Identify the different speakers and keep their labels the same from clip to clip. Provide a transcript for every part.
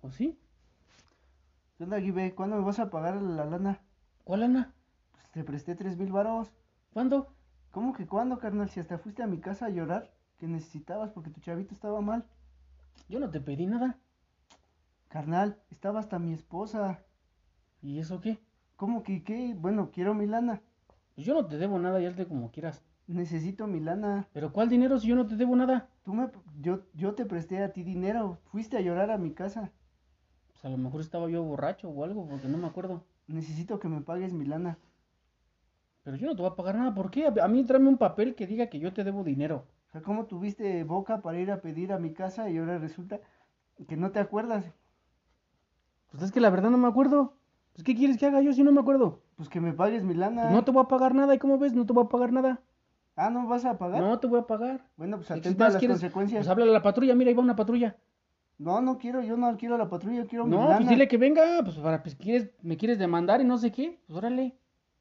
Speaker 1: ¿O sí?
Speaker 2: ¿Qué onda, Gibe? ¿Cuándo me vas a pagar la lana?
Speaker 1: ¿Cuál Ana?
Speaker 2: Pues te presté tres mil varos.
Speaker 1: ¿Cuándo?
Speaker 2: ¿Cómo que cuándo, carnal? Si hasta fuiste a mi casa a llorar, que necesitabas porque tu chavito estaba mal.
Speaker 1: Yo no te pedí nada.
Speaker 2: Carnal, estaba hasta mi esposa.
Speaker 1: ¿Y eso qué?
Speaker 2: ¿Cómo que qué? Bueno, quiero mi lana.
Speaker 1: Pues yo no te debo nada y hazle como quieras.
Speaker 2: Necesito mi lana.
Speaker 1: ¿Pero cuál dinero si yo no te debo nada?
Speaker 2: Tú me, yo, yo te presté a ti dinero. Fuiste a llorar a mi casa.
Speaker 1: Pues a lo mejor estaba yo borracho o algo porque no me acuerdo.
Speaker 2: Necesito que me pagues mi lana.
Speaker 1: Pero yo no te voy a pagar nada. ¿Por qué? A mí tráeme un papel que diga que yo te debo dinero.
Speaker 2: O sea, ¿cómo tuviste boca para ir a pedir a mi casa y ahora resulta que no te acuerdas?
Speaker 1: Pues es que la verdad no me acuerdo. Pues ¿qué quieres que haga yo si no me acuerdo?
Speaker 2: Pues que me pagues mi lana.
Speaker 1: Pues no te voy a pagar nada. ¿Y cómo ves? No te voy a pagar nada.
Speaker 2: Ah, ¿no vas a pagar?
Speaker 1: No te voy a pagar.
Speaker 2: Bueno, pues
Speaker 1: Si
Speaker 2: atenta a
Speaker 1: más
Speaker 2: las
Speaker 1: quieres,
Speaker 2: consecuencias.
Speaker 1: Pues háblale a la patrulla. Mira, ahí va una patrulla.
Speaker 2: No, no quiero, yo no quiero la patrulla, quiero mi
Speaker 1: No,
Speaker 2: lana.
Speaker 1: pues dile que venga. Pues para, pues quieres, me quieres demandar y no sé qué. Pues órale.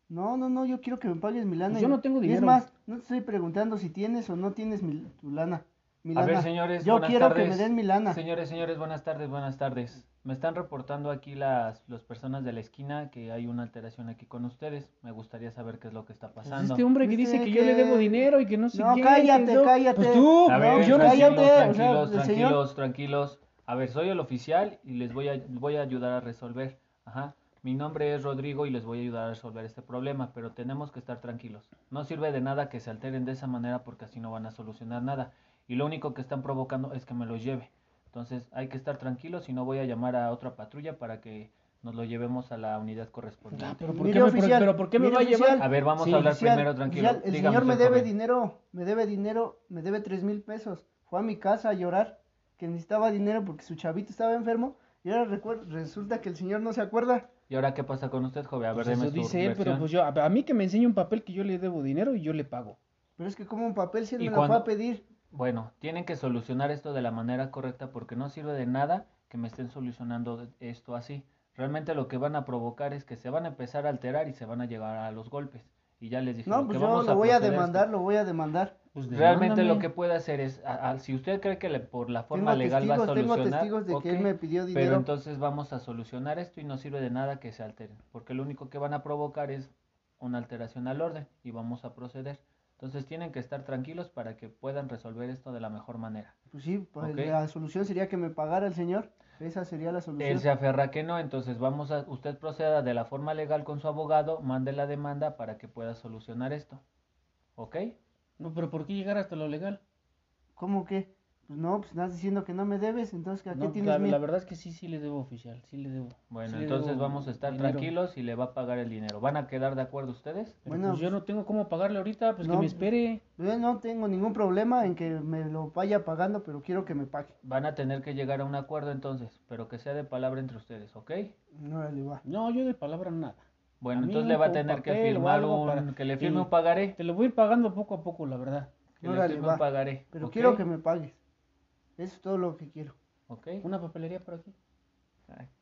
Speaker 2: No, no, no, yo quiero que me pagues mi lana.
Speaker 1: Pues yo
Speaker 2: y-
Speaker 1: no tengo
Speaker 2: Y es
Speaker 1: dinero.
Speaker 2: más, no te estoy preguntando si tienes o no tienes mi, tu lana. Mi
Speaker 3: A
Speaker 2: lana.
Speaker 3: ver, señores,
Speaker 2: yo
Speaker 3: buenas
Speaker 2: quiero que me
Speaker 3: tardes.
Speaker 2: den mi lana.
Speaker 3: Señores, señores, buenas tardes, buenas tardes. Me están reportando aquí las, las personas de la esquina que hay una alteración aquí con ustedes. Me gustaría saber qué es lo que está
Speaker 1: Pues
Speaker 3: pasando.
Speaker 1: este hombre que
Speaker 2: Dice
Speaker 1: dice que, yo le
Speaker 2: que-
Speaker 1: debo dinero y que no sé
Speaker 2: No,
Speaker 1: qué.
Speaker 2: cállate,
Speaker 1: que no-
Speaker 2: cállate.
Speaker 1: Pues tú,
Speaker 3: A
Speaker 2: No,
Speaker 3: ver,
Speaker 2: yo
Speaker 1: yo
Speaker 3: tranquilos,
Speaker 2: cállate,
Speaker 1: cállate.
Speaker 2: o sea,
Speaker 3: tranquilos,
Speaker 2: el señor-
Speaker 3: tranquilos, tranquilos. A ver, soy el oficial y les voy a, voy a ayudar a resolver. Ajá. Mi nombre es Rodrigo y les voy a ayudar a resolver este problema, pero tenemos que estar tranquilos. No sirve de nada que se alteren de esa manera porque así no van a solucionar nada. Y lo único que están provocando es que me lo lleve. Entonces hay que estar tranquilos y no voy a llamar a otra patrulla para que nos lo llevemos a la unidad
Speaker 1: Ah,
Speaker 3: correspondiente.
Speaker 1: pero, ¿por
Speaker 2: Mire,
Speaker 1: qué me, pero,
Speaker 2: oficial,
Speaker 1: pero ¿por qué me
Speaker 2: mire,
Speaker 1: va a
Speaker 2: oficial.
Speaker 1: llevar?
Speaker 3: A ver, vamos
Speaker 1: Sí,
Speaker 3: a hablar
Speaker 2: Oficial,
Speaker 3: primero, tranquilo.
Speaker 2: oficial, el
Speaker 3: Dígame
Speaker 2: señor me
Speaker 3: usted,
Speaker 2: debe
Speaker 3: joven.
Speaker 2: dinero, me debe dinero, me debe tres mil pesos. Fue a mi casa a llorar, que necesitaba dinero porque su chavito estaba enfermo. Y ahora recuer- resulta que el señor no se acuerda.
Speaker 3: ¿Y ahora qué pasa con usted, joven? A ver,
Speaker 1: Pues eso
Speaker 3: deme su
Speaker 1: dice él, pero
Speaker 3: versión.
Speaker 1: pues yo, a, a mí que me enseñe un papel que yo le debo dinero y yo le pago.
Speaker 2: Pero es que como un papel si él
Speaker 3: ¿Y
Speaker 2: me lo fue a
Speaker 3: cuándo?
Speaker 2: pedir.
Speaker 3: Bueno, tienen que solucionar esto de la manera correcta porque no sirve de nada que me estén solucionando esto así. Realmente lo que van a provocar es que se van a empezar a alterar y se van a llegar a los golpes. Y ya les dije
Speaker 2: No,
Speaker 3: lo
Speaker 2: pues
Speaker 3: que
Speaker 2: yo
Speaker 3: vamos
Speaker 2: lo voy a
Speaker 3: proceder es que
Speaker 2: demandar, lo voy a demandar.
Speaker 1: Pues
Speaker 3: Realmente lo
Speaker 1: demándame.
Speaker 3: que puede hacer es, a- a- si usted cree que le- por la forma
Speaker 2: Tengo
Speaker 3: legal va a
Speaker 2: testigos, tengo
Speaker 3: solucionar,
Speaker 2: testigos de que él
Speaker 3: ok,
Speaker 2: me pidió
Speaker 3: pero
Speaker 2: dinero.
Speaker 3: entonces vamos a solucionar esto y no sirve de nada que se alteren, porque lo único que van a provocar es una alteración al orden y vamos a proceder. Entonces tienen que estar tranquilos para que puedan resolver esto de la mejor manera.
Speaker 2: Pues sí, pues
Speaker 3: Ok.
Speaker 2: la solución sería que me pagara el señor. Esa sería la solución.
Speaker 3: Él se aferra que no, entonces vamos a, usted proceda de la forma legal con su abogado, mande la demanda para que pueda solucionar esto. ¿Ok?
Speaker 1: No, pero ¿por qué llegar hasta lo legal?
Speaker 2: ¿Cómo que? Pues no, pues estás diciendo que no me debes, entonces ¿a qué
Speaker 1: No,
Speaker 2: tienes
Speaker 1: la,
Speaker 2: miedo?
Speaker 1: la verdad es que sí, sí le debo oficial, sí le debo.
Speaker 3: Bueno,
Speaker 1: sí le
Speaker 3: entonces
Speaker 1: debo
Speaker 3: vamos a estar
Speaker 1: dinero.
Speaker 3: tranquilos y le va a pagar el dinero. ¿Van a quedar de acuerdo ustedes?
Speaker 1: Pero,
Speaker 2: Bueno,
Speaker 1: pues yo no tengo cómo pagarle ahorita, pues
Speaker 2: no.
Speaker 1: que me espere.
Speaker 2: Yo Eh, no tengo ningún problema en que me lo vaya pagando, pero quiero que me pague.
Speaker 3: Van a tener que llegar a un acuerdo entonces, pero que sea de palabra entre ustedes, ¿ok?
Speaker 2: No le "Ah, va.
Speaker 1: No, yo de palabra nada.
Speaker 3: Bueno,
Speaker 1: A mí
Speaker 3: entonces le va a
Speaker 1: un
Speaker 3: tener que
Speaker 1: papel o
Speaker 3: firmar
Speaker 1: algo
Speaker 3: un...
Speaker 1: para-
Speaker 3: que le
Speaker 1: y-
Speaker 3: firme un pagaré.
Speaker 1: Te lo voy a ir pagando poco a poco, la verdad.
Speaker 3: Que le
Speaker 2: Órale,
Speaker 3: firme
Speaker 2: va.
Speaker 3: un pagaré.
Speaker 2: Pero
Speaker 3: ¿ok?
Speaker 2: quiero que me pagues. Eso es todo lo que quiero.
Speaker 3: ¿Ok?
Speaker 1: Una papelería por aquí.
Speaker 3: Ay,